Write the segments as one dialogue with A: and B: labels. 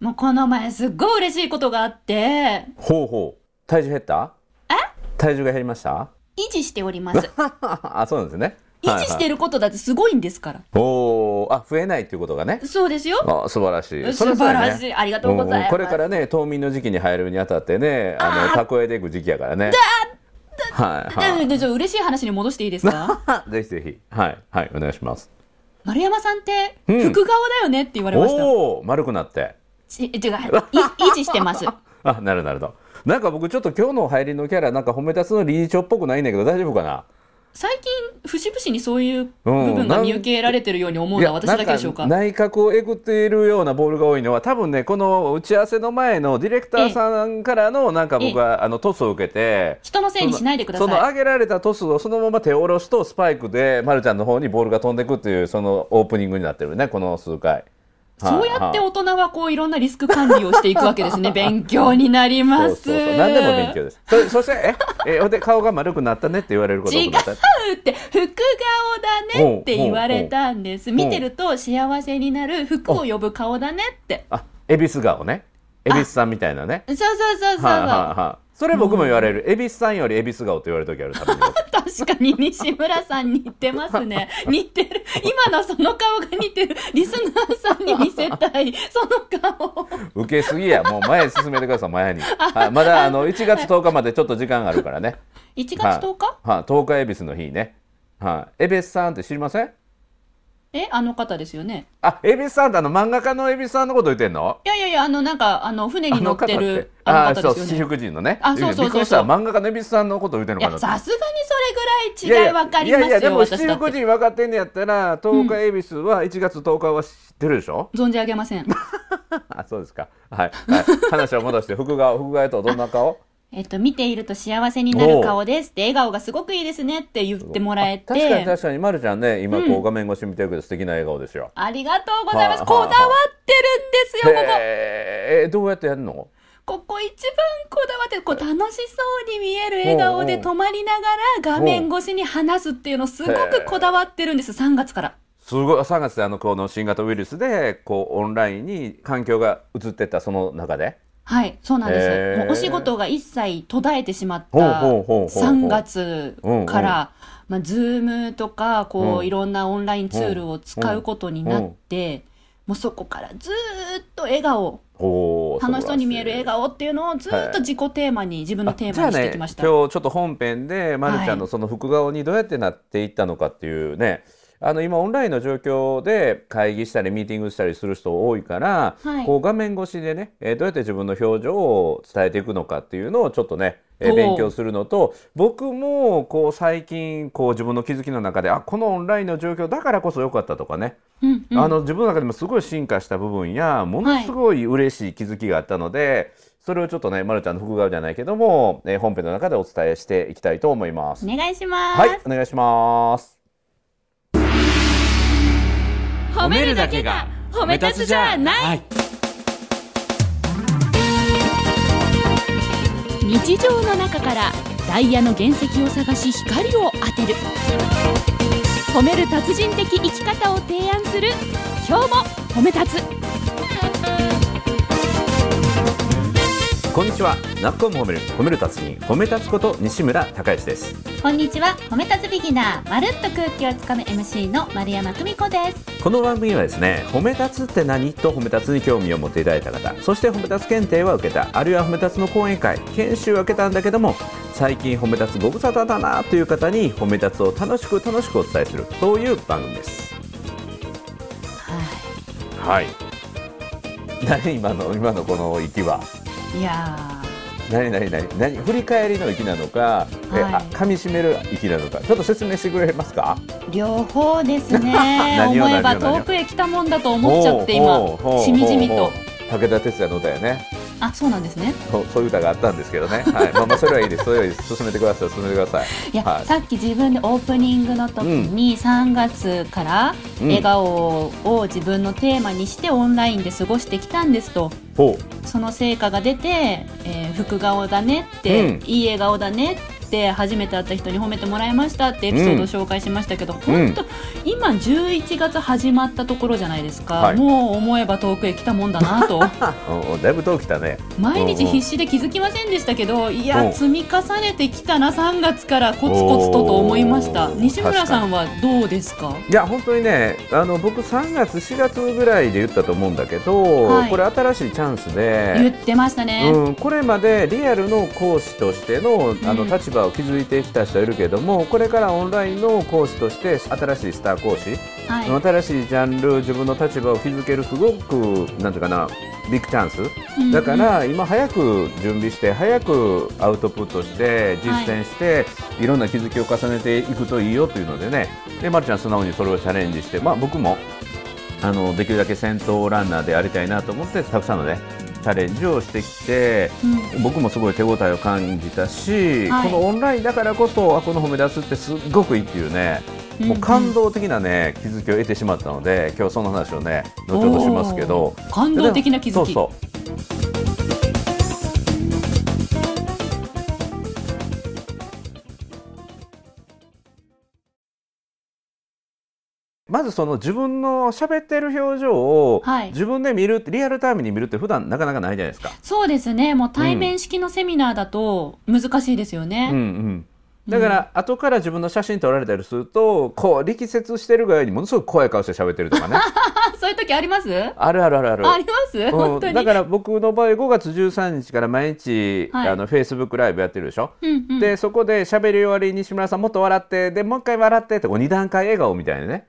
A: もうこの前すっごい嬉しいことがあって、
B: ほうほう。体重減った体重が減りました
A: 維持しており ます。
B: あ、そうなんですね。
A: 維持して
B: る。
A: ることだってすごいんですから。
B: おーあ、増えないっていうことがね。
A: そうですよ。
B: あ素晴らしい。
A: 素晴らしいありがとうございます
B: んんこれからね、冬眠の時期に入るにあたってね、あの、たこえでいく時期やからね。はい、は
A: で、で、ちょ、嬉しい話に戻していいですか
B: い。ぜひぜひ。はい、はい、お願いします。
A: 丸山さんって、
B: うん
A: 福顔だよねって言われました。
B: おお丸くなって。
A: ち、てか、い維持してます。
B: あ、なるなるほど。なんか僕ちょっと今日の入りのキャラ、なんか褒めたつの理事長っぽくないんだけど、大丈夫かな
A: 最近、節々にそういう部分が見受けられてるように思うのは私だけでしょうか。
B: いやなん内角をえぐっているようなボールが多いのは多分ねこの打ち合わせの前のディレクターさんからのなんか僕はあのトスを受けて
A: 人のせいにしないでくださ
B: その
A: い。
B: 上げられたトスをそのまま手を下ろすとスパイクでまるちゃんの方にボールが飛んでくっていうそのオープニングになってるねこの数回
A: そうやって
B: はい
A: 大人はこういろんなリスク管理をしていくわけですね。勉強になり
B: は
A: ま
B: いそう
A: す。
B: そうそう何でも勉強ですそそしてええほんで顔が丸くなったねって言われること
A: 違
B: も
A: う
B: ま た
A: って福顔だねって言われたんです
B: うおう
A: 見てると幸せになる福を呼ぶ顔だねって
B: あ恵比寿顔ね恵比寿さんみたいなね
A: そうそうそうそう、
B: はいはいはいそれ僕も言われる恵比寿さんより恵比寿顔って言われる時あるたまに僕
A: 確かに西村さんに似てます ね似てる今のその顔が似てるリスナーさんに見せた いその顔
B: 受けすぎやもう前へ進めてください前に、はい、まだあの1月10日までちょっと時間があるからね
A: 1月
B: はい
A: 10日
B: はい、10日恵比寿の日ねはい恵比寿さんって知りません
A: えあの方ですよね
B: あ恵比寿さんってあの漫画家の恵比寿さんのこと言ってんの
A: いやいやいやあのなんかあの船に乗っ
B: 方
A: てる
B: あ
A: あ
B: あ
A: の
B: ー
A: 方
B: そう
A: です
B: 七
A: よね
B: 福神のね
A: あそうそうそうそう
B: びっくりした漫画家の恵比寿さんのこと言ってんの
A: い
B: か
A: や
B: な
A: さすがにそれぐらい違い分かりますよ
B: いやいやでも
A: 私
B: 七
A: だっ
B: 福
A: て
B: 神分かってんねやったら10日恵比寿は1月10日は知ってるでしょ、
A: 存じ上げません
B: あそうですかはい、はい、話を戻して福顔福顔とどんな顔
A: えっと、見ていると幸せになる顔ですって、笑顔がすごくいいですねって言ってもらえ
B: 確かに
A: て、
B: 確かにまるちゃんね今こう画面越し見てるけど素敵な笑顔ですよ、
A: ありがとうございます。
B: はあ
A: こだ
B: はあ
A: わってるんですよ、
B: へーえどうやってやるの
A: ここ。ここ一番こだわってる、こう楽しそうに見える笑顔
B: お
A: で
B: うおう
A: 止まりながら画面越しに話すっていうのすごくこだわってるんです、3月から。
B: すごい3月であのこの新型ウイルスでこうオンラインに環境が移ってったその中で
A: はい、そうなんです。
B: へー
A: もうお仕事が一切途絶えてしまった
B: ほうほうほうほうほう
A: 3月から、まあ、ズームとか、こ
B: う
A: う、
B: ん
A: いろんなオンラインツールを使うことになって、もうそこからずーっと笑顔、
B: おー
A: 楽しそうに見える笑顔っていうのをずーっと自己テーマに、自分のテー
B: じゃ
A: マ
B: あ
A: にし
B: ね
A: てき
B: 今
A: ま
B: 日
A: し
B: ち
A: た。
B: ょっと本編でまるちゃんのその副顔にどうやってなっていったのかっていうね、あの今オンラインの状況で会議したりミーティングしたりする人多いから、
A: はい
B: こう画面越しでね、えーどうやって自分の表情を伝えていくのかっていうのをちょっとね、えー
A: おー
B: 勉強するのと僕もこう最近こう自分の気づきの中であこのオンラインの状況だからこそ良かったとかね、
A: うんうん
B: あの自分の中でもすごい進化した部分やものすごい嬉しい気づきがあったので、それをちょっとねまるちゃんの副顔じゃないけども、えー本編の中でお伝えしていきたいと思います。
A: お願いします。
B: はいお願いします。
A: 褒めるだけが褒め立つじゃない
B: い。
A: 日常の中からダイヤの原石を探し光を当てる褒める達人的生き方を提案する今日も褒め立つ
B: こんにちは。なっこも褒める褒める達人褒め立つこと西村孝之です。
A: こんにちは褒め立つビギナーまるっと空気をつかむ MC の丸山久美子です
B: この番組はですね褒め立つって何と褒め立つに興味を持っていただいた方そして褒め立つ検定は受けたあるいは褒め立つの講演会研修は受けたんだけども最近褒め立つご無沙汰だなという方に褒め立つを楽しく楽しくお伝えするそういう番組ですはい何今の今のこの息はい
A: や
B: 何何何何振り返りの息なのか、え
A: はい
B: あ噛み締める息なのかちょっと説明してくれますか
A: 両方です ね
B: 何を
A: 思えば
B: 何を何を
A: 遠くへ来たもんだと思っちゃって
B: ほう
A: 今
B: ほうほう
A: しみじみと
B: 武田鉄矢の歌やね
A: あそうなんですね
B: そうそういう歌があったんですけどね、はい、まあまあそれはいいです、それはいいです、進めてください、進めてください。
A: いや、
B: はい
A: さっき自分でオープニングの時に3月から
B: うん
A: 笑顔を自分のテーマにしてオンラインで過ごしてきたんですと
B: ほ
A: その成果が出て、えー、福顔だねって、
B: うん
A: いい笑顔だねってて初めて会った人に褒めてもらいましたってエピソードを紹介しましたけど、本当今11月始まったところじゃないですか、
B: はい
A: もう思えば遠くへ来たもんだなと
B: おおだいぶ遠きたね
A: 毎日必死で気づきませんでしたけどいや
B: うん
A: 積み重ねてきたな3月からコツコツとと思いました
B: おー
A: 西村さんはどうですか
B: いや本当にねあの僕3月4月ぐらいで言ったと思うんだけど、
A: はい
B: これ新しいチャンス
A: 言っ
B: で、
A: てましたね、
B: うん、これまでリアルの講師としてのあの
A: うん
B: 立場を築いてきた人いるけども、これからオンラインの講師として新しいスター講師、
A: はい
B: 新しいジャンル自分の立場を築けるすごくなんていうかなビッグチャンス
A: うん
B: だから今早く準備して早くアウトプットして実践して、い、ろんな気づきを重ねていくといいよというのでねで、ま、るちゃん素直にそれをチャレンジして、まあ、僕もあのできるだけ先頭ランナーでありたいなと思ってたくさんのねチャレンジをしてきて
A: うん
B: 僕もすごい手応えを感じたし、
A: はい
B: このオンラインだからこそあこの褒め出すってすっごくいいっていうねもう感動的な、ね、気づきを得てしまったので今日その話をね後ほどしますけ
A: お
B: ど
A: ー感動的な気づき
B: そうそうまずその自分の喋ってる表情を
A: はい
B: 自分で見るって、リアルタイムに見るって普段なかなかないじゃないですか。
A: そうですねもう対面式のセミナーだと難しいですよね、
B: うんうん、だから後から自分の写真撮られたりするとこう力説してるがようにものすごく怖い顔して喋ってるとかね
A: あそういう時ありますあ
B: あるあるあるある。
A: ります、
B: うん
A: 本当に
B: だから僕の場合5月13日から毎日、
A: はい
B: あのフェイスブックライブやってるでしょ、
A: うんうん、
B: でそこで喋り終わりに西村さんもっと笑ってでもう一回笑ってってこう2段階笑顔みたいなね、うん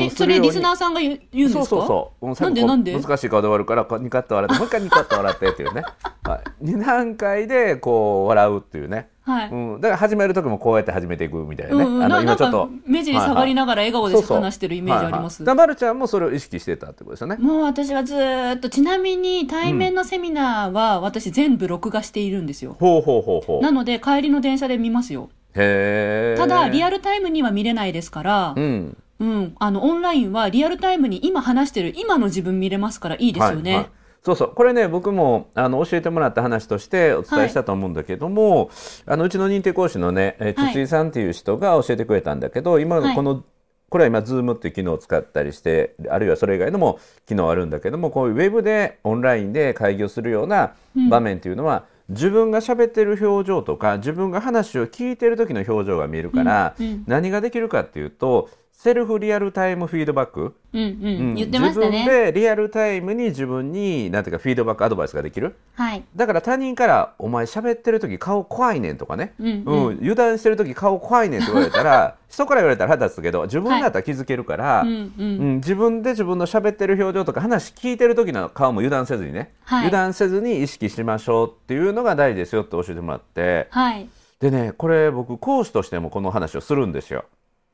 A: え
B: す
A: そ
B: る
A: れ
B: ように
A: リスナーさんが言う言うんです
B: そ
A: か
B: うそうそううん最
A: なんでなん
B: 後こう
A: で
B: 難しい顔で終わるからこうニカッと笑ってもう一回ニカッと笑ってっ ていうね、はい、2段階でこう笑うっていうね
A: はい、
B: うん、だから始める時もこうやって始めていくみたいな
A: う
B: ね、
A: んうん、
B: あ
A: な
B: の
A: な
B: 今
A: ん
B: ちょ
A: か
B: っと
A: 目尻下がりながら笑顔で
B: そうそう
A: 話してるイメージあります、
B: はいはい、だまるちゃんもそれを意識してたってことですよね
A: もう私はずーっとちなみに対面のセミナーは私全部録画しているんですよ、
B: ほうほうほうほう
A: なので帰りの電車で見ますよ
B: へえ
A: ただリア
B: ル
A: ルタイムには見れないですから
B: う、ん
A: うんあのオンラインはリアルタイムに今話してる今の自分見れますからいいですよね、
B: はいはいそうそうこれね僕もあの教えてもらった話としてお伝えしたと思うんだけども、あのうちの認定講師のねえ
A: はい
B: 筒井さんっていう人が教えてくれたんだけど今
A: は
B: の
A: い
B: この、これは今 Zoom っていう機能を使ったりしてあるいはそれ以外のも機能あるんだけどもこういうウェブでオンラインで会議をするような場面っていうのは、自分が喋ってる表情とか自分が話を聞いてる時の表情が見えるから、
A: うんうん
B: 何ができるかっていうとセルフリアルタイムフィードバック、
A: うんうん、
B: うん
A: 言ってました
B: 自
A: ね
B: 分でリアルタイムに自分になんていうかフィードバックアドバイスができる
A: はい
B: だから他人から「お前喋ってる時顔怖いねん」とかね、
A: うんう
B: う
A: ん
B: ん油断してる時顔怖いねん」って言われた ら人から言われたら腹立つけど自分だったら気づけるから、
A: うんうん
B: うん自分で自分の喋ってる表情とか話聞いてる時の顔も油断せずにね、
A: はい
B: 油断せずに意識しましょうっていうのが大事ですよって教えてもらって
A: はい
B: でねこれ僕講師としてもこの話をするんですよ。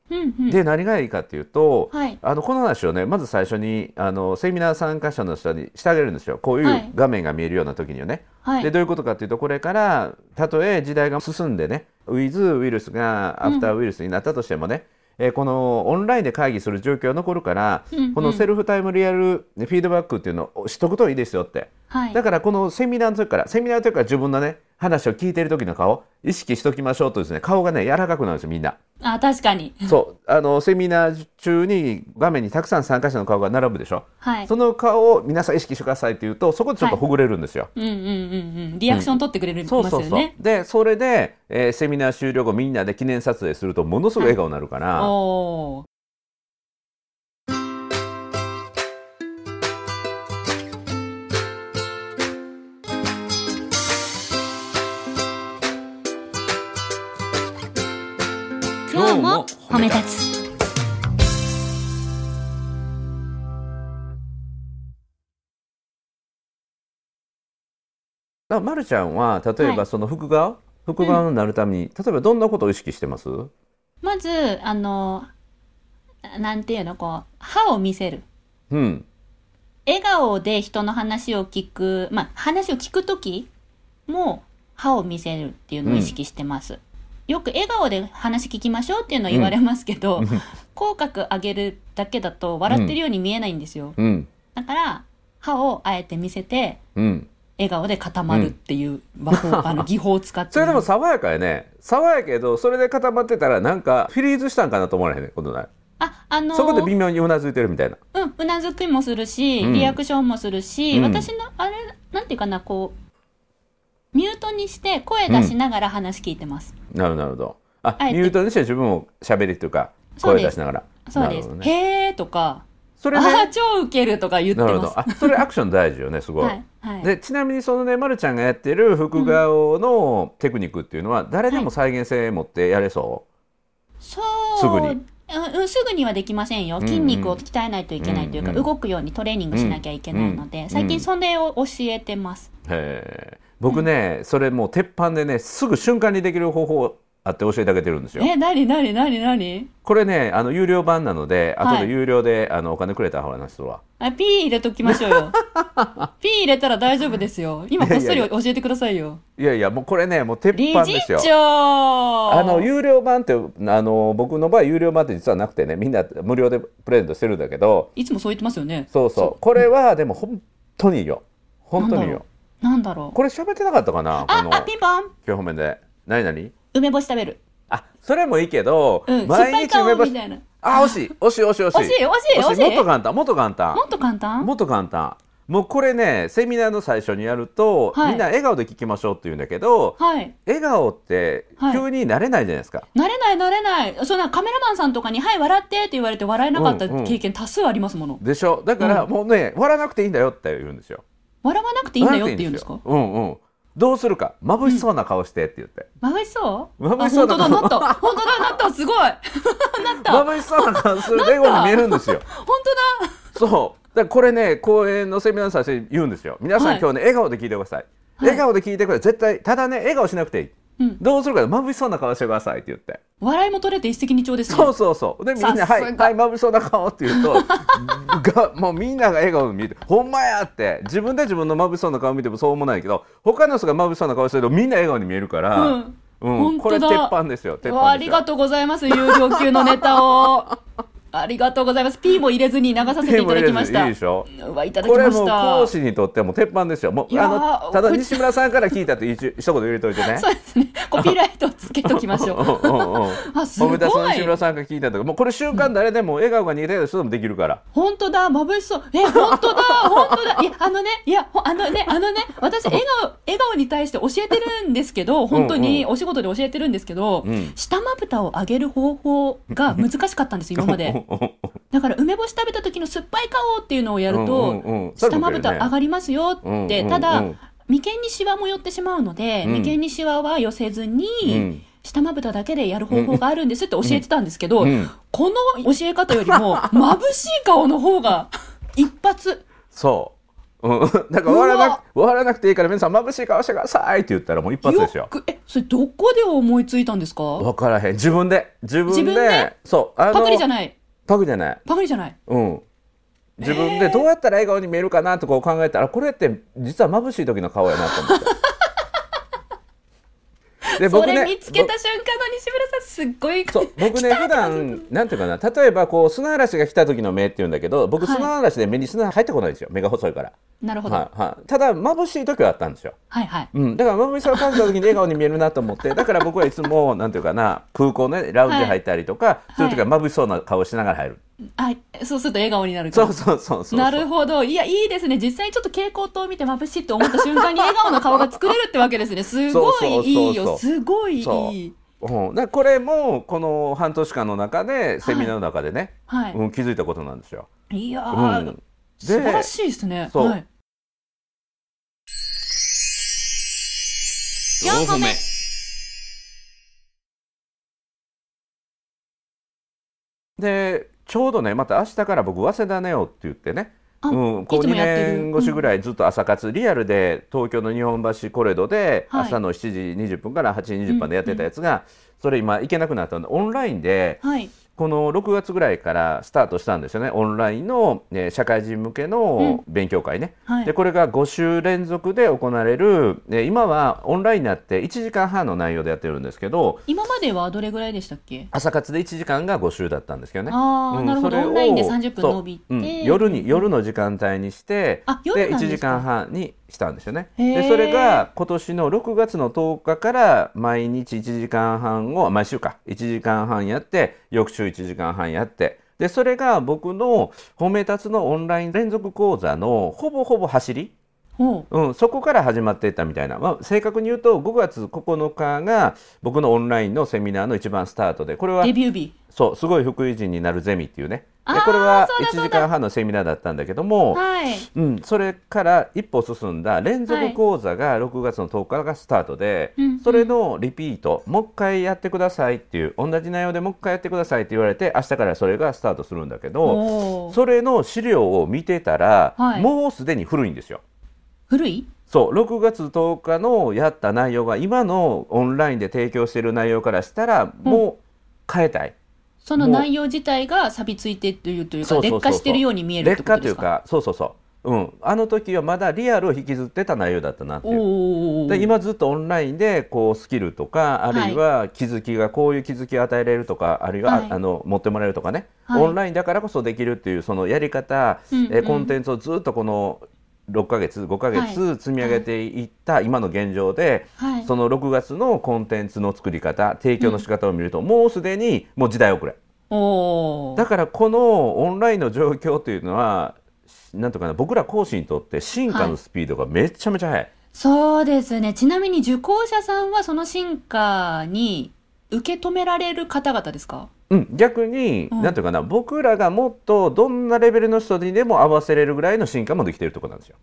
A: うんうん
B: で何がいいかっていうと、
A: はい
B: あのこの話をねまず最初にあのセミナー参加者の人にしてあげるんですよこうい
A: は
B: う
A: い
B: 画面が見えるような時にはね。
A: はい
B: でどういうことかっていうとこれからたとえ時代が進んでねウィズウイルスがアフターウイルスになったとしてもね、えーこのオンラインで会議する状況は残るから、
A: うんうん
B: このセルフタイムリアルフィードバックっていうのをしとくといいですよって。
A: はい
B: だからこのセミナーの時からセミナーの時から自分のね話を聞いてる時の顔意識しときましょうとですね顔がね柔らかくなるんですよみんな。
A: あ確かに
B: そうあのセミナー中に画面にたくさん参加者の顔が並ぶでしょ、
A: はい
B: その顔を皆さん意識してくださいって言うとそこでちょっとほぐれるんですよ。
A: うんうんうんうんリアクション取ってくれるます
B: そう
A: よね、
B: そうそう、でそれで、えーセミナー終了後みんなで記念撮影するとものすごい笑顔になるから、
A: おー
C: 今日も褒め立つ
B: だからまるちゃんは例え
A: は
B: ば
A: い
B: その副顔、副顔になるために、例えばどんなことを意識してます
A: まず、あの、なんていうの、こう、歯を見せる。
B: うん
A: 笑顔で人の話を聞く、まあ、話を聞くときも、歯を見せるっていうのを意識してます。よく笑顔で話聞きましょうっていうのは言われますけど、口角上げるだけだと笑ってるように見えないんですよ。
B: うん
A: だから、歯をあえて見せて、
B: うん
A: 笑顔で固まるっていう和法、あ の技法を使って
B: それでも爽やかやね爽やけどそれで固まってたらなんかフリーズしたんかなと思われへんことない、
A: ああのー
B: そこで微妙にうなずいてるみたいな
A: うん、うなずきもするし、
B: うん
A: リアクションもするし、
B: うん
A: 私の、あれ、なんていうかな、こう、ミュートにして声出しながら話聞いてます。
B: なるほどなるほどあ
A: あえて
B: ミュートにして自分も喋りというか
A: そう
B: 声
A: です
B: 出しながら
A: そうです。
B: なるほどね
A: へーとか、
B: そ
A: あ
B: れで
A: ー超ウケるとか言って
B: なるほ
A: ます
B: ど。あそれアクション大事よねすごい、
A: はい。はい。
B: でちなみにそのね、ま、るちゃんがやってる副顔のテクニックっていうのは誰でも再現性持ってやれそ
A: そう。
B: すぐに
A: うんうん、すぐにはできませんよ。
B: んうん
A: 筋肉を鍛えないといけないというか、
B: うんうん
A: 動くようにトレーニングしなきゃいけないので、
B: うん
A: 最近それを教えてます。
B: う、へえ僕ね、それもう鉄板でねすぐ瞬間にできる方法あって教えてあげてるんですよ
A: え、なになになになに
B: これねあの有料版なので
A: はい
B: 後で有料で、あのお金くれた話するわ
A: あ、ピー入れときましょう よ。ピー入れたら大丈夫ですよ。今こっそり教えてくださいよ。
B: いやいやもうこれねもう鉄
A: 理
B: 板
A: 事
B: ですよ
A: 長
B: あの有料版ってあの僕の場合有料版って実はなくてねみんな無料でプレゼントしてるんだけど
A: いつもそう言ってますよね。
B: そうそうこれはでも本当にいいよ本当にいいよ
A: なんだろう。
B: これ喋ってなかったかなこ
A: あ
B: の、
A: あ、ピンポン
B: 今日褒めで何何
A: 梅干し食べる。
B: あそれもいいけど、
A: うん、酸っぱ
B: 毎
A: い
B: 日梅
A: 顔
B: 干
A: み
B: した
A: いな。
B: あ惜しい惜しい惜しい惜
A: 惜
B: し
A: し
B: い
A: い、惜しい、惜しい。
B: もっと簡単もっと簡単
A: もっと簡単
B: もっと簡単もうこれねセミナーの最初にやると、
A: はい
B: みんな笑顔で聞きましょうって言うんだけど
A: はい。
B: 笑顔って
A: はい
B: 急になれないじゃないですか、
A: 慣れない、慣れない。そんなカメラマンさんとかに、はい、笑ってって言われて笑えなかった
B: うんうん
A: 経験多数ありますもの。
B: でしょだから
A: う
B: もうね、笑わなくていいんだよって言うんですよ
A: 笑わなくていいんだよって言うんですか
B: 笑わなくていいんですようんうんどうするか眩しそうな顔してって言って、
A: 眩しそう
B: 眩しそうだ
A: あ本当だ、なった。 本当だ、なった。すごい。本
B: 眩しそうな顔する笑顔に見えるんですよ
A: 当だ。
B: そう。だからこれね、講演のセミナーの最初に言うんですよ。皆さん、
A: はい
B: 今日ね、笑顔で聞いてください。笑顔で聞いてください。絶対、ただね、笑顔しなくていい。
A: うん
B: どうするか、眩しそうな顔してくださいって言って。
A: 笑いも取れて一石二鳥ですね。
B: そうそうそう。で、みんな、
A: さす
B: は
A: が
B: い、はい、眩しそうな顔って言 うと、が、もうみんなが笑顔に見えて、ほんまやって、自分で自分の眩しそうな顔見てもそう思わないけど、他の人が眩しそうな顔してると、みんな笑顔に見えるから、
A: うん
B: うん
A: 本
B: これ
A: 当
B: 鉄
A: だ
B: 板ですよ、鉄
A: うわあ
B: 板です
A: り
B: よ。
A: がとうございます、有料級のネタ を。ありがとうございます。P も入れずに流させていただきまし
B: い
A: た。
B: いでしょ
A: うわ、いただき
B: これ
A: ま
B: も
A: し
B: う
A: た。
B: 講師にとっても鉄板ですよ。も
A: いうやー
B: あのただ
A: こいつ
B: 西村さんから聞いたって一一言入れといてね。
A: そうですね。コピーライトつけときましょ
B: うん
A: う。
B: うんうん。
A: あ、 すごい
B: 田。さん西村さんから聞いたとか、もうこれ瞬間誰でも笑顔が似てる人でもできるから。
A: 本当だ、眩しそう。え、本当だ、本当だ。いや、あのね、いや、ほあのね、あのね、私、笑顔、笑顔に対して教えてるんですけど、本当
B: う
A: に、
B: ん
A: お仕事で教えてるんですけど、
B: うん
A: 下まぶたを上げる方法が難しかったんです、今ま で。だから、梅干し食べた時の酸っぱい顔っていうのをやると、
B: うんうんうん
A: 下まぶた上がりますよって、
B: うんうんうん
A: ただ、眉間にシワも寄ってしまうので、
B: うん
A: 眉間にシワは寄せずに、
B: うん
A: 下まぶただけでやる方法があるんですって教えてたんですけど、
B: うん
A: この教え方より も、眩しい顔の方が、一発。
B: そう。うん、 だから笑わなく笑わなくていいから皆さん眩しい顔してくださいって言ったらもう一発ですよ。
A: く、え、それどこで思いついたんですか
B: 分からへん自分で自分で
A: 自分で
B: そうあの
A: パクリじゃない。
B: パクリじゃない
A: パクリじゃない。
B: うん、自分でどうやったら笑顔に見えるかなとこう考えたら、これって実は眩しい時の顔やなと思って で
A: それ見つけ
B: ぼ
A: た瞬間の西村さん、すっごい。
B: そう僕ね普段なんていうかな例えばこう砂嵐が来た時の目って言うんだけど僕
A: はい
B: 砂嵐で目に砂入ってこないんですよ目が細いから、
A: なるほど。は
B: はいはい、ただ眩しい時はあったんですよ、
A: いはい。
B: うん、だから眩しさを感じた時に笑顔に見えるなと思ってだから僕はいつもなんていうかな空港ねラウンジ入ったりとか、そういう時は眩しそうな顔しながら入る、
A: あ、そうすると笑顔になるから
B: そうそうそうそう
A: なるほど。いや、いいですね。実際にちょっと蛍光灯を見て眩しいと思った瞬間に笑顔の顔が作れるってわけですね。すご
B: そうそうそうそう
A: いいいよ。すごいい
B: そう
A: い。
B: うん、だからこれもこの半年間の中でセミナーの中でね、
A: はい。
B: うん、気づいたことなんですよ。
A: いや
B: う
A: ー、
B: ん、
A: 素晴ら
B: で
A: しいですね。
B: そう
A: はい。
B: 4
A: 個目
B: でちょうどねまた明日から僕早稲田ネオって言ってね、
A: あ
B: うん、こう
A: いつ
B: 2
A: もやってる
B: 年越しぐらいずっと朝活リアルで東京の日本橋コレドで
A: はい
B: 朝の7時20分から8時20分までやってたやつがそれ今行けなくなったのでオンラインで
A: はい。
B: この6月ぐらいからスタートしたんですよねオンラインの、えー社会人向けの勉強会ね、
A: はい
B: でこれが5週連続で行われる、えー今はオンラインになって1時間半の内容でやってるんですけど
A: 今まではどれぐらいでしたっけ
B: 朝活で1時間が5週だったんですけどね。
A: あーなるほど
B: それを
A: オンラインで30分伸びて
B: そううん夜に夜の時間帯にして
A: あ夜
B: で
A: なん
B: 1
A: ですか
B: 時間半にしたんですよね。
A: へ
B: で
A: ー
B: それが今年の6月の10日から毎日1時間半を毎週か1時間半やって翌週1時間半やってでそれが僕の「褒め立つ」のオンライン連続講座のほぼほぼ走り、
A: ほ
B: うん、そこから始まっていったみたいな、まあ、正確に言うと5月9日が僕のオンラインのセミナーの一番スタートでこれ
A: う
B: は
A: デビュー日
B: そう、すごい福井人になるゼミっていうね。で
A: あー
B: これは
A: そうだそ
B: 1
A: うだ
B: 時間半のセミナーだったんだけども、
A: はい
B: うん、それから一歩進んだ連続講座が6月の10日がスタートで、
A: うんうん
B: それのリピート、もう一回やってくださいっていう、同じ内容でもう一回やってくださいって言われて、明日からそれがスタートするんだけど、
A: おー
B: それの資料を見てたら、
A: はい
B: もうすでに古いんですよ。
A: 古い
B: そう6月10日のやった内容が今のオンラインで提供している内容からしたらもう変えたい、
A: その
B: もう
A: 内容自体が錆びついてというという
B: そ
A: か
B: うそうそうそ
A: 劣
B: う
A: 化してるように見えるって
B: 劣
A: こ
B: 化
A: と
B: と
A: で
B: い
A: す
B: う
A: か
B: かそうそうそう、うん、あの時はまだリアルを引きずってた内容だったなって
A: お
B: いう。
A: ー
B: で今ずっとオンラインでこうスキルとかあるいは気づきがこういう気づきを与えられるとかあるい
A: は
B: は、
A: い
B: あの持ってもらえるとかね、
A: はい
B: オンラインだからこそできるっていうそのやり方、
A: うんうん
B: えコンテンツをずっとこの6ヶ月5ヶ
A: は
B: 月積み上げていった今の現状で、
A: はい
B: その6月のコンテンツの作り方提供の仕方を見ると、もうすでにもう時代遅れ。
A: お
B: だ
A: ー
B: からこのオンラインの状況というのはなんとかな僕ら講師にとって進化のスピードがめちゃめちゃ速い、
A: そうですねちなみに受講者さんはその進化に受け止められる方々ですか
B: うん、逆に、
A: うん
B: なんとかな僕らがもっとどんなレベルの人にでも合わせれるぐらいの進化もできているところなんですよ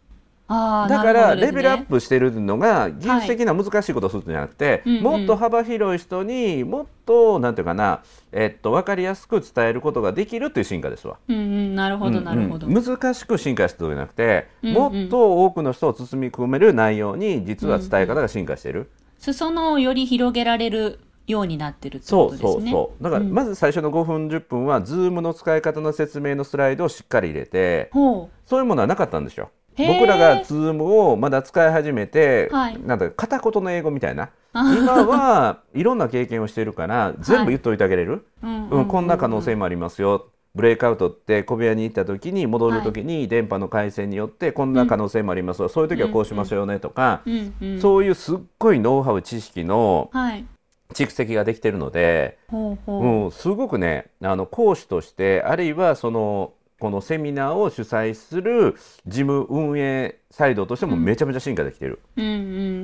A: あー
B: だから
A: なるほどです
B: レ
A: ね
B: ベルアップしてるのが技術的な難しいことをするんじゃなくて、
A: うんうん
B: もっと幅広い人にもっとなんていうかな、えっと、分かりやすく伝えることができるという進化ですわ。
A: うんうんなるほどなるほど、
B: うんうん難しく進化してるんじゃなくて、
A: うんうん
B: もっと多くの人を包み込める内容に実は伝え方が進化してる、
A: 裾野をより広げられるようになってるって
B: そ
A: ことで
B: う
A: すね
B: そうそうだから
A: うん
B: まず最初の5分10分は Zoom の使い方の説明のスライドをしっかり入れて
A: ほ
B: そういうものはなかったんですよ
A: へー
B: 僕らが Zoom をまだ使い始めて、
A: はい
B: なんだか片言の英語みたいな
A: あはは
B: 今はいろんな経験をしてるから全部言っといてあげれる、
A: う、うん
B: うん、こんな可能
A: も
B: 性もありますよ。ブレイクアウトって小部屋に行った時に戻る時に電波の回線によってこんな可能性もありますよ、そういう時はこうしましょうよねとか、
A: うんうん、
B: そういうすっごいノウハウ知識の
A: はい
B: 蓄積ができてるので、
A: ほうほう、
B: うん、すごくねあの講師としてあるいはそのこのセミナーを主催する事務運営サイドとしてもめちゃめちゃ進化できてる。
A: うんう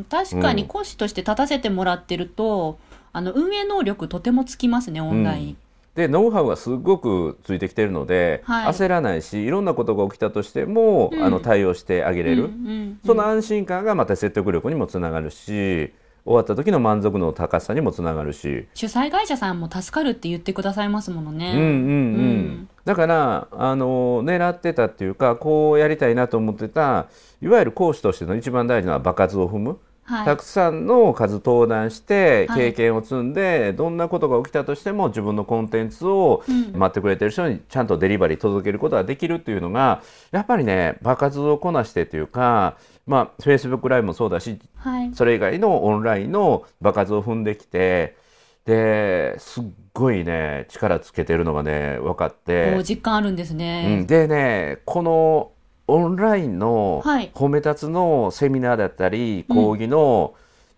A: ん、確か
B: う
A: に
B: ん
A: 講師として立たせてもらってると、あの運営能力とてもつきますねオンライン、
B: でノウハウがすごくついてきてるので、
A: はい
B: 焦らないしいろんなことが起きたとしても、
A: うん
B: あの対応してあげ
A: うん
B: れる。
A: うん
B: その安心感がまた説得力にもつながるし終わった時の満足の高さにもつながるし、
A: 主催会社さんも助かるって言ってくださいますもの
B: うんうんう
A: ね、
B: ん
A: うん
B: だからあの狙ってたっていうかこうやりたいなと思ってたいわゆる講師としての一番大事なのは場数を踏む、
A: はい
B: たくさんの数登壇して
A: はい
B: 経験を積んで、どんなことが起きたとしても自分のコンテンツを
A: うん
B: 待ってくれてる人にちゃんとデリバリー届けることができるっていうのがやっぱりね場数をこなしてというかまあ Facebook ライブもそうだし
A: はい
B: それ以外のオンラインの場数を踏んできてですっごいね力つけてるのがね分かって
A: お、実感あるんです
B: う
A: ね
B: ん、、でねこのオンラインの
A: はい
B: 褒め立つのセミナーだったり、
A: うん
B: 講義の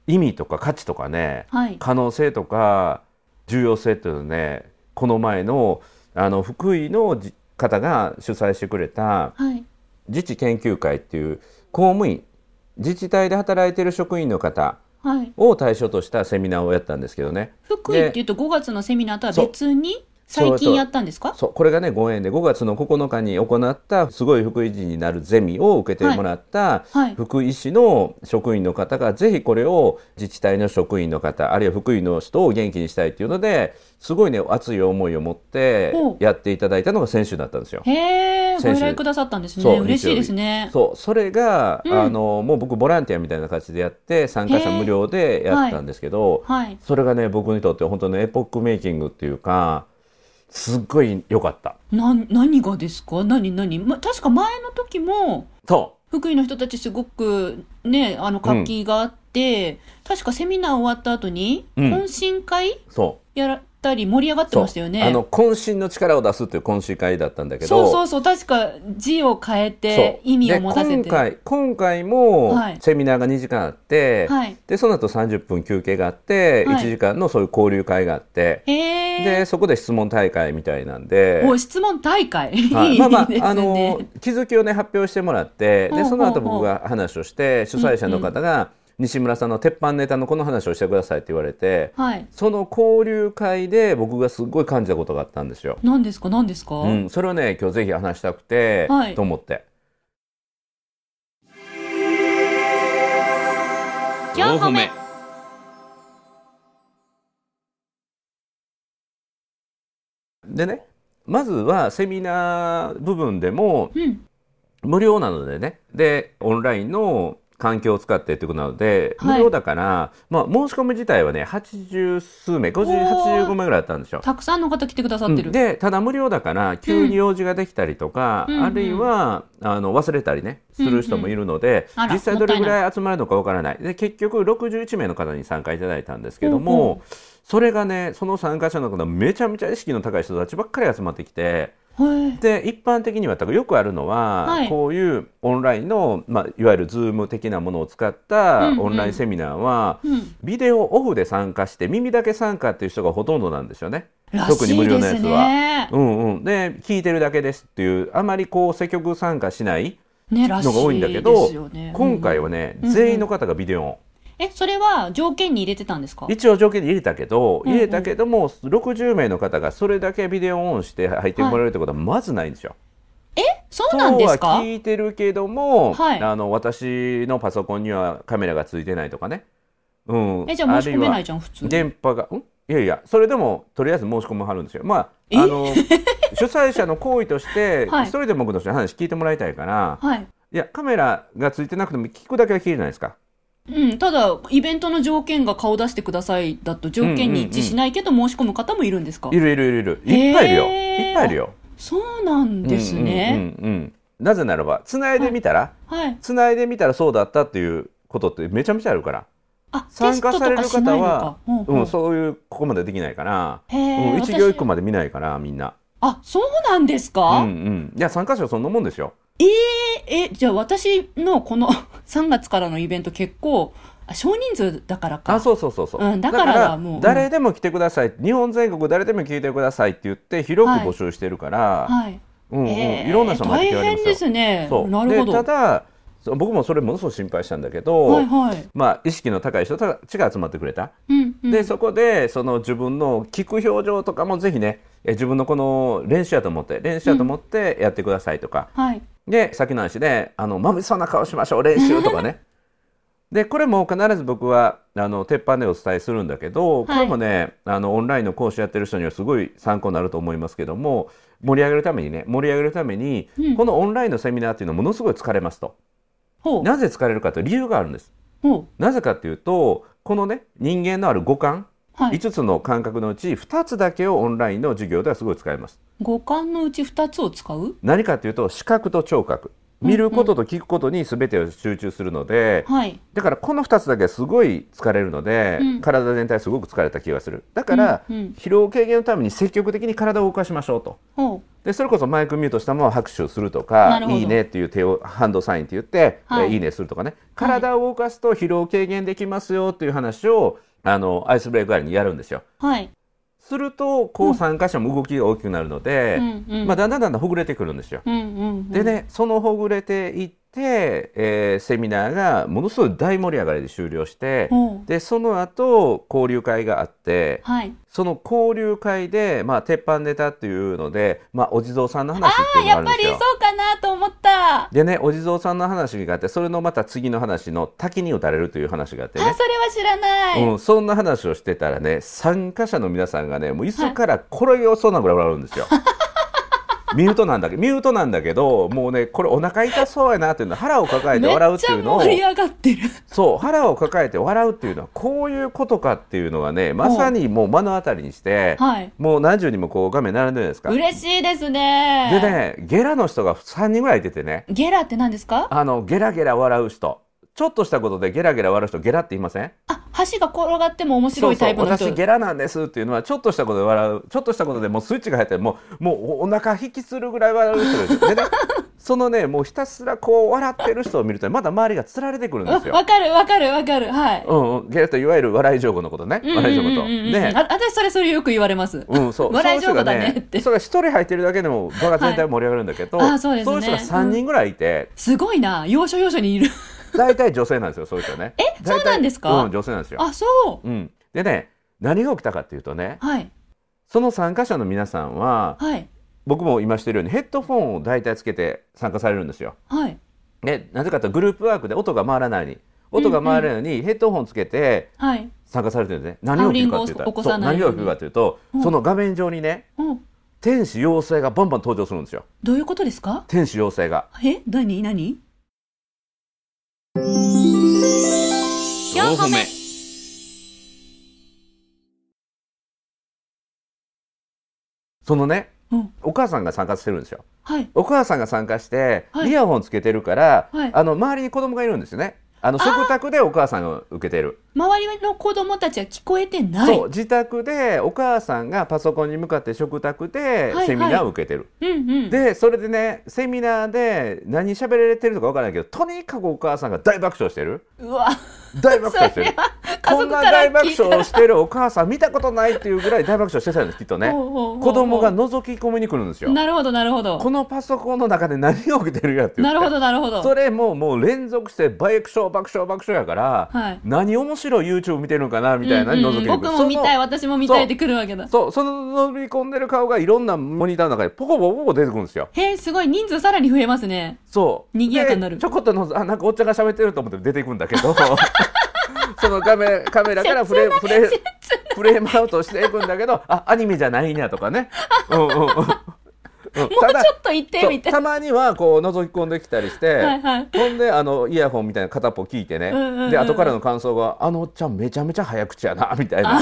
B: 意味とか価値とかね、
A: はい
B: 可能性とか重要性っていうのをねこの前のあの福井のじ方が主催してくれた
A: はい
B: 自治研究会っていう公務員自治体で働いてる職員の方
A: はい
B: を対象としたセミナーをやったんですけどね
A: 福井っていうと5月のセミナーとは別に
B: そう
A: 最近やったんですか
B: そうこれがねご縁で5月の9日に行ったすごい福井人になるゼミを受けてもらった
A: はいはい
B: 福井市の職員の方がぜひこれを自治体の職員の方あるいは福井の人を元気にしたいっていうのですごいね熱い思いを持って
A: ほう
B: やっていただいたのが先週だったんですよ。
A: へえご
B: 先週
A: 依頼くださったんです
B: そう
A: ね嬉しいですね
B: そうそれが、
A: うん
B: あのもう僕ボランティアみたいな形でやって参加者
A: へー
B: 無料でやったんですけど、
A: はい
B: それがね僕にとって本当にエポックメイキングっていうかすっごい良かった
A: な何がですか何何、ま、確か前の時も
B: そ
A: 福井の人たちすごくねあの活気があって、確かセミナー終わった後に
B: うん
A: 懇親会
B: うそ
A: やらたり盛り上がって
B: そう
A: ましたよね。
B: あの渾身の力を出すという懇親会だったんだけど
A: そうそうそう、確か字を変えて
B: そう
A: 意味を持たせ
B: で
A: て。
B: 今回今回も
A: はい
B: セミナーが2時間あって、
A: はい
B: でその後30分休憩があって、
A: はい
B: 1時間のそういう交流会があって、
A: へえ。
B: でそこで質問大会みたいなんで。
A: お質問大会。 いいです
B: はい
A: ね。
B: まあまあ、あの気づきをね発表してもらって
A: ほう
B: で
A: ほう
B: その
A: ほ
B: 後
A: う
B: 僕が話をして主催者の方が西村さんの鉄板ネタのこの話をしてくださいって言われて
A: はい。
B: その交流会で僕がすごい感じたことがあったんですよ。
A: 何ですか何ですか、
B: うん、それをね今日ぜひ話したくて、
A: はい
B: と思って。
C: 4歩目
B: でねまずはセミナー部分でも
A: うん。
B: 無料なのでねでオンラインの環境を使ってということなので、
A: はい
B: 無料だから、まあ、申し込み自体はね80数名
A: おー
B: 5085名ぐらいだったんですよ。
A: たくさんの方来てくださってる。
B: うんでただ無料だから急に用事ができたりとか、
A: うん
B: あるいはあの忘れたりねする人もいるので、
A: うんうんあら
B: 実際どれぐらい集まるのかわからないで結局61名の方に参加いただいたんですけども、
A: ほう
B: それがねその参加者の方めちゃめちゃ意識の高い人たちばっかり集まってきて。
A: へえ
B: で一般的にはだからよくあるのは、
A: はい
B: こういうオンラインの、まあ、いわゆる Zoom 的なものを使った
A: うんうん
B: オンラインセミナーは、
A: うん。
B: ビデオオフで参加して耳だけ参加っていう人がほとんどなんですよね。
A: ら
B: 特に
A: し
B: 無
A: い
B: 料
A: で
B: のや
A: す
B: つは。
A: ね。
B: うんうん、で聞いてるだけですっていうあまりこう積極参加しない
A: ね、らしい
B: のが多いんだけ
A: ですよ
B: ど、
A: ね。
B: 今回
A: は。
B: はね、
A: うんうん
B: 全員の方がビデオオン
A: え、それは条件に入れてたんですか
B: 一応条件で入れたけど
A: うんうん
B: 入れたけども、60名の方がそれだけビデオオンして入ってもらえるってことはまずないんですよ。
A: そうなんです
B: そう
A: か
B: は聞いてるけども、
A: はい
B: あの私のパソコンにはカメラがついてないとかね。うん。
A: え、じゃあ申し込めないじゃん、普通
B: あるいは。電波が、ん？いやいや、それでもとりあえず申し込むはるんですよ。まああの主催者の行為として、
A: はい
B: 一人でも僕の人に話聞いてもらいたいから、
A: はい。
B: いやカメラがついてなくても聞くだけは聞いてないですか。
A: うん、ただ、イベントの条件が顔出してくださいだと条件に一致しないけど申し込む方もいるんですか、
B: いるいるいるいる。いっぱいいるよ。
A: へー
B: いっぱいいるよ。
A: そうなんですね。
B: うんうんうんうん。なぜならば繋いでみたら、
A: はい。
B: 繋いでみたらそうだったっていうことってめちゃめちゃあるから。
A: あ、テ
B: 参
A: スト
B: 加
A: と
B: され
A: か
B: る
A: し
B: 方
A: ないの
B: は
A: か。、ほ
B: う
A: ほ
B: ん、そういうここまでできないから、
A: へえ、
B: うん、一行一個
A: 私
B: まで見ないからみんな、
A: あ、そうなんです
B: う
A: か、
B: んうん、いや参加者はそんなもんですよ。
A: え、え、じゃあ私のこの 3月からのイベント結構、あ少人数だからか。
B: あ、そうそうそうそう。
A: うんだからはもう
B: だから誰でも来てください、日本全国誰でも聞いてくださいって言って広く募集してるから、
A: はい。
B: うんうん、
A: えー
B: いろんな人が来て
A: 大
B: はり
A: 変
B: ますよ。
A: で、すね。
B: そう。
A: なるほ
B: で
A: ど。
B: ただそう僕もそれものすごく心配したんだけど、
A: はいはい。
B: まあ意識の高い人たちが集まってくれた。
A: うん、うん。
B: でそこでその自分の聞く表情とかもぜひねえ自分のこの練習やと思って練習やと思ってやってくださいとか、
A: はい。
B: で先の話であのまぶしそうな顔しましょう練習と かねでこれも必ず僕はあの鉄板でお伝えするんだけどこ
A: はい
B: れもね、あのオンラインの講師やってる人にはすごい参考になると思いますけども盛り上げるためにね盛り上げるために、
A: うん
B: このオンラインのセミナーっていうのはものすごい疲れますと
A: ほう。
B: なぜ疲れるかという理由があるんです
A: ほ
B: なぜかっていうとこのね人間のある五感
A: う。はい。
B: 5つの感覚のうち2つだけをオンラインの授業ではすごい使えます。
A: 五感のうち二つを使う
B: 何かというと視覚と聴覚見ることと聞くことに全てを集中するので、
A: はい。
B: だからこの2つだけはすごい疲れるので、
A: うん
B: 体全体すごく疲れた気がするだから、
A: うんうん
B: 疲労軽減のために積極的に体を動かしましょうと
A: ほ
B: でそれこそマイクミュートしたまま拍手すると
A: な
B: か
A: る
B: 「
A: ほど
B: いいね」っていう手をハンドサインって言って「
A: はい
B: い、いいね」するとかね体を動かすと疲労軽減できますよっていう話をあのアイスブレイク代わりにやるんですよ。
A: う。はい。
B: するとこう参加者も動きが大きくなるので、
A: うんうん。
B: まあ、だんだんだんだんほぐれてくるんですよ。
A: うんうんうん。
B: で。ねそのほぐれていって、えーセミナーがものすごい大盛り上がりで終了して
A: ほう。
B: でその後交流会があって
A: はい。
B: その交流会で、まあ、鉄板ネタっていうので、まあ、お地蔵さんの話っていうのが
A: や
B: あ
A: っ
B: るんで
A: ぱり
B: すよ。
A: そうかなと思った。あ、
B: でねお地蔵さんの話があってそれのまた次の話の滝に打たれるという話があって
A: それ
B: ね
A: は。知らない。
B: うん、そんな話をしてたらね参加者の皆さんがねもう椅子から転げ落ちそうなぐらい笑うんですよ。 ミュートなんだけどミュートなんだけどもうねこれお腹痛そうやなっていうの腹を抱えて笑う
A: め
B: っ
A: ってち
B: い
A: ゃ
B: うのを
A: 盛り上がってる。
B: そう腹を抱えて笑うっていうのはこういうことかっていうのがねまさにもう目の当たりにして、
A: はい。
B: もう何十人もこう画面並んでるじゃないです
A: 嬉しいです
B: か。
A: ね。
B: でねゲラの人が3人ぐらい出てね
A: ゲラって何ですか
B: あのゲラゲラ笑う人ちょっとしたことでゲラゲラ笑う人ゲラって言いません
A: あ、箸が転がっても面白いタイプの人
B: そうそう私ゲラなんですっていうのはちょっとしたことで笑うちょっとしたことでもうスイッチが入ってもうもうお腹引きつるぐらい笑う人ですよでね そのねもうひたすらこう笑ってる人を見るとまだ周りがつられてくるんです
A: わ
B: よ
A: わ。かるわかるわかるはい、
B: うんうん、ゲラといわゆる笑い上手のことね
A: うんうん
B: 笑い上手
A: う
B: の
A: んう
B: こと
A: んうん
B: ね
A: あ私それそれよく言われます、
B: うん、そう。
A: 笑い
B: そうう人が
A: 上手だねって
B: それが一人入ってるだけでも場が全体盛り上がるんだけど、
A: はいあそうですね
B: いう人が三人ぐらいいて、
A: すごいな要所要所にいる
B: 大体女性なんですよ、そういう人ね。え
A: そうなんですか
B: うん、女性なんですよ。
A: あそ
B: うん。でね、何が起きたかっていうとね、
A: うはい
B: その参加者の皆さんは、
A: はい
B: 僕も今してるようにヘッドフォンを大体つけて参加されるんですよ。
A: はい
B: ね、なぜかというとグループワークで音が回らないように、音が回らないようにヘッドフォンつけて
A: はい
B: 参加されてるんですね。何を起きるかっていう
A: ハウリングを起
B: と、
A: こ
B: そ
A: さ
B: う
A: ない
B: 何
A: よ
B: が
A: うに
B: 起きるかっていうと、
A: うん
B: その画面上にね、
A: うん
B: 天使妖精がバンバン登場するんですよ。
A: どういうことですか
B: 天使妖精が。
A: え何何
C: 4歩目
B: そのね、
A: うん
B: お母さんが参加してるんですよ。
A: はい
B: お母さんが参加して、
A: はい
B: イヤホンつけてるから、
A: はい
B: あの周りに子供がいるんですよね。あの食卓でお母さんを受けてる、
A: 周りの子供たちは聞こえてない
B: そう自宅でお母さんがパソコンに向かって食卓で
A: はい
B: セミナーを受けてる、
A: うんうん
B: でそれでねセミナーで何喋られてるとかわからないけどとにかくお母さんが大爆笑してる
A: うわ
B: 大爆
A: そ
B: 笑して
A: れ
B: る
A: は家
B: こん
A: 族
B: な
A: から
B: 大爆
A: 聞いた
B: 笑をしてるお母さん見たことないっていうぐらい大爆笑してたんですきっとね
A: ほうほうほうほう
B: 子供が覗き込みに来るんですよ
A: なるほどなるほど
B: このパソコンの中で何が起きてるやって言
A: な
B: って
A: るほどなるほど
B: それももう連続して爆笑爆笑爆笑やから、
A: はい
B: 何面白い YouTube 見てるんかなみたいなの
A: うんうん
B: 覗きに来る
A: 僕も見たい
B: その
A: 私も見たいってくるわけだ
B: そうその乗り込んでる顔がいろんなモニターの中でポコポコポコ出てくるんですよ
A: へえすごい人数さらに増えますね
B: そう
A: 賑やかになる
B: でちょこっとのぞあなんかおっちゃんが喋ってると思って出てくんだけ どそのカメカメラからフレフレフレームアウトしていくんだけど あアニメじゃないんやとか ね、うんうんうんうん、
A: もうちょっと行って
B: そう
A: みたい
B: たまにはこう覗き込んできたりして、
A: はいはい
B: ほんであのイヤホンみたいな片っぽ聞いてね、
A: うんうんうん
B: で後からの感想が「あのおっちゃんめちゃめちゃ早口やな」みたいな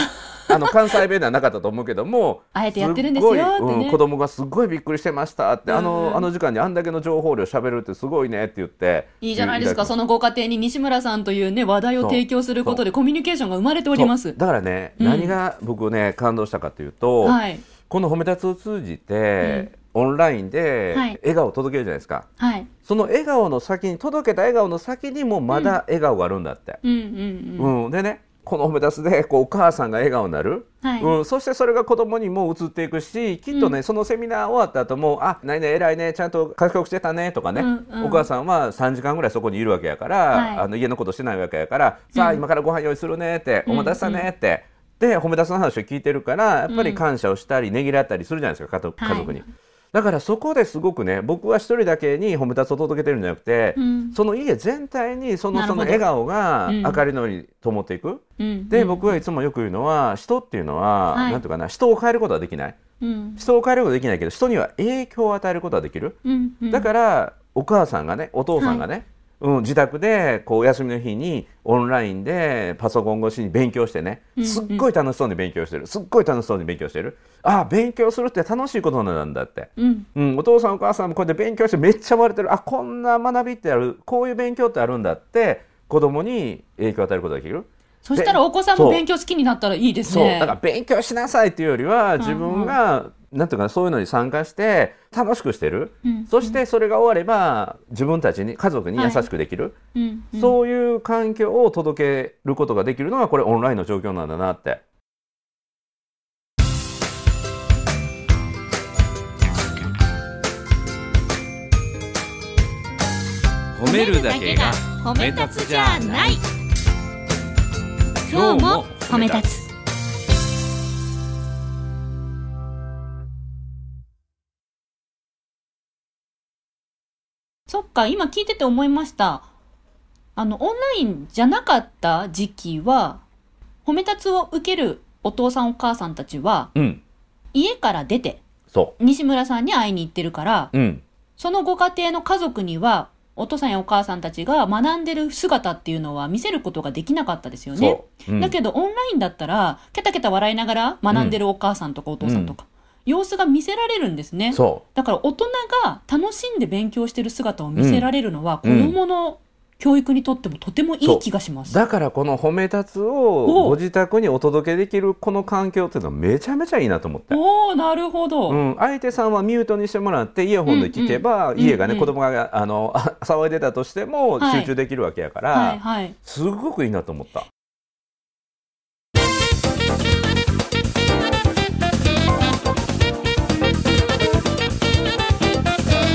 B: あの関西弁ではなかったと思うけども
A: あえてやってるんですよってね
B: ごいうん子供がすっごいびっくりしてましたって、あ
A: うん
B: の
A: うん
B: あの時間にあんだけの情報量喋るってすごいねって言って
A: いいじゃないですかそ
B: の
A: のご家庭に西村さんというね話題を提供することでコミュニケーションが生まれております
B: だからね、
A: うん
B: 何が僕ね感動したかというと、
A: はい
B: この「褒め立つ」を通じて、オンラインで
A: はい
B: 笑顔を届けるじゃないですか。
A: はい
B: その笑顔の先に届けた笑顔の先にもまだ笑顔があるんだって、
A: うんうん
B: う
A: うん
B: んでねこの褒め出すでこうお母さんが笑顔になる、
A: はい
B: うん、そしてそれが子供にも移っていくしきっとね、そのセミナー終わった後も「あないね偉いねちゃんと賢くしてたね」とかね、
A: うんうん
B: お母さんは3時間ぐらいそこにいるわけやから、
A: はい
B: あの家のことしてないわけやから「さあ今からご飯用意するね」って「
A: うん
B: お待たせしたね」って。で褒め出すの話を聞いてるからやっぱり感謝をしたりねぎらったりするじゃないですか家族家族に、
A: は
B: だからそこですごくね僕は一人だけに褒めたつを届けてるんじゃなくて、
A: うん
B: その家全体にその
A: なる
B: そ
A: ほ
B: の
A: ど
B: 笑顔が
A: うん
B: 明かりのように灯っていく、
A: うん
B: で僕はいつもよく言うのは人っていうのは、
A: はい
B: なんていうかな人を変えることはできない
A: うん
B: 人を変えることはできないけど人には影響を与えることはできる、
A: うんうん
B: だからお母さんがねお父さんがね、うん、自宅でこうお休みの日にオンラインでパソコン越しに勉強してね
A: うんうん
B: すっごい楽しそうに勉強してるすっごい楽しそうに勉強してるああ勉強するって楽しいことなんだって。
A: うん
B: うん、お父さんお母さんもこうやって勉強してめっちゃ笑ってるあこんな学びってあるこういう勉強ってあるんだって子供に影響を与えることができる、
A: そしたらお子さん
B: そ
A: も
B: う
A: 勉強好きになったらいいです
B: そうだ
A: ね
B: から勉強しなさいっていうよりは自分が、なんていうかなそういうのに参加して楽しくしてる、
A: うん
B: そしてそれが終われば自分たちに家族に優しくできる、
A: うんうん
B: そういう環境を届けることができるのがこれオンラインの状況なんだなって。
C: 褒めるだけが褒め立つじゃない今日も褒め立つ
A: つそっか今聞いてて思いましたあのオンラインじゃなかった時期は褒め立つを受けるお父さんお母さんたちは
B: うん
A: 家から出て
B: そ
A: 西村さんに会いに行ってるから
B: う、うん
A: そのご家庭の家族にはお父さんやお母さんたちが学んでる姿っていうのは見せることができなかったですよね。
B: そううん
A: だけどオンラインだったら、ケタケタ笑いながら学んでるお母さんとかお父さんとか、様子が見せられるんですね。
B: そう
A: だから大人が楽しんで勉強してる姿を見せられるのは、
B: う
A: 子
B: ん
A: 供の教育にとってもとてもいい気がします。
B: だからこの褒め立つを
A: お
B: ご自宅にお届けできるこの環境っていうのはめちゃめちゃいいなと思って。
A: おおなるほど。
B: うん、相手さんはミュートにしてもらってイヤホンで聞け
A: う
B: ば、
A: んうん
B: 家がね、
A: うんうん
B: 子供があの あ騒いでたとしても
A: はい
B: 集中できるわけやから、
A: はいはい。
B: すごくいいなと思った。
A: え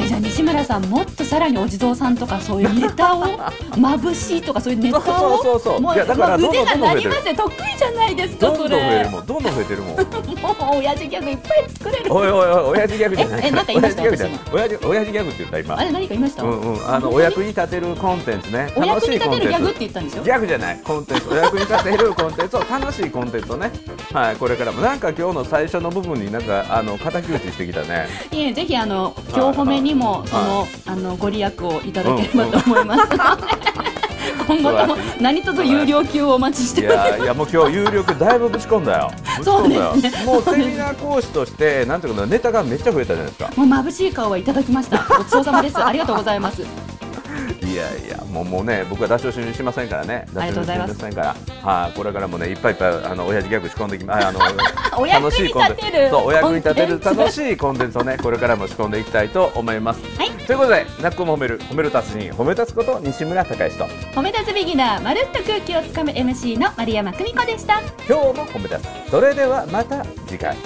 A: ーじゃあ西村さんもっとさらにお地蔵さんとかそういうネタを眩しいとかそういうネタを
B: そうそうそうそう
A: もう
B: いやだから
A: もう腕
B: ど
A: が
B: んどんどんど
A: な
B: ん増え
A: り
B: てる
A: ますよ得意じゃないです
B: ど
A: か
B: んど
A: そ
B: ん増える
A: れ。
B: もん、どんどん増えてるもん。
A: もう親父ギャグいっぱい作れる。
B: おいおいおい、親父ギャグじゃないから。
A: ええなんか言いました
B: 親父ギャグじゃない。親父、親父ギャグって言った、今
A: あ。れ何か言いました。
B: うんうん、あの、お役に立てるコンテンツね。
A: お
B: 楽
A: 役
B: し
A: に
B: い
A: 立
B: コ
A: て
B: ンテ
A: るギ
B: ン
A: ャグっ
B: ツ。
A: て言ったんですよ
B: ギ。ャグじゃない、コンテンツ、お役に立てるコンテンツを 楽しいコンテンツをね。はい、これからも、なんか今日の最初の部分になんか、あの、敵討ちしてきたね。
A: いえぜひあの今日褒めにもその、あのご利益をいただければと思います。 今後とも何卒有料級をお待ちし
B: い
A: ております。
B: や、いや、もう今日有力だいぶぶち込んだよ。ぶち込んだよ
A: そうですね
B: もうセミナー講師として、なんていうかな、ネタがめっちゃ増えたじゃないですか。
A: もう眩しい顔はいただきま した。ごちそうさまです。ありがとうございます。
B: いやいや、もうもうね、僕は出し惜しみしませんからね。出
A: ありがとうございます
B: し惜しみしませんから。はい、これからもね、いっぱいいっぱい、あの、親父ギャグ仕込んできま、あの。
A: お役に
B: コン
A: 立て
B: テン
A: る。
B: ツ、そう、お役に立てる
A: コンテン
B: 楽しいコンテンツをね、これからも仕込んでいきたいと思います。
A: はい
B: ということで、なっこも褒める、褒める達人、褒め立つこと西村孝之と、
A: ツ褒め立つビギナー、まるっと空気をつかむ MC の丸山久美子でした。
B: 今日も褒め立つ。それではまた次回。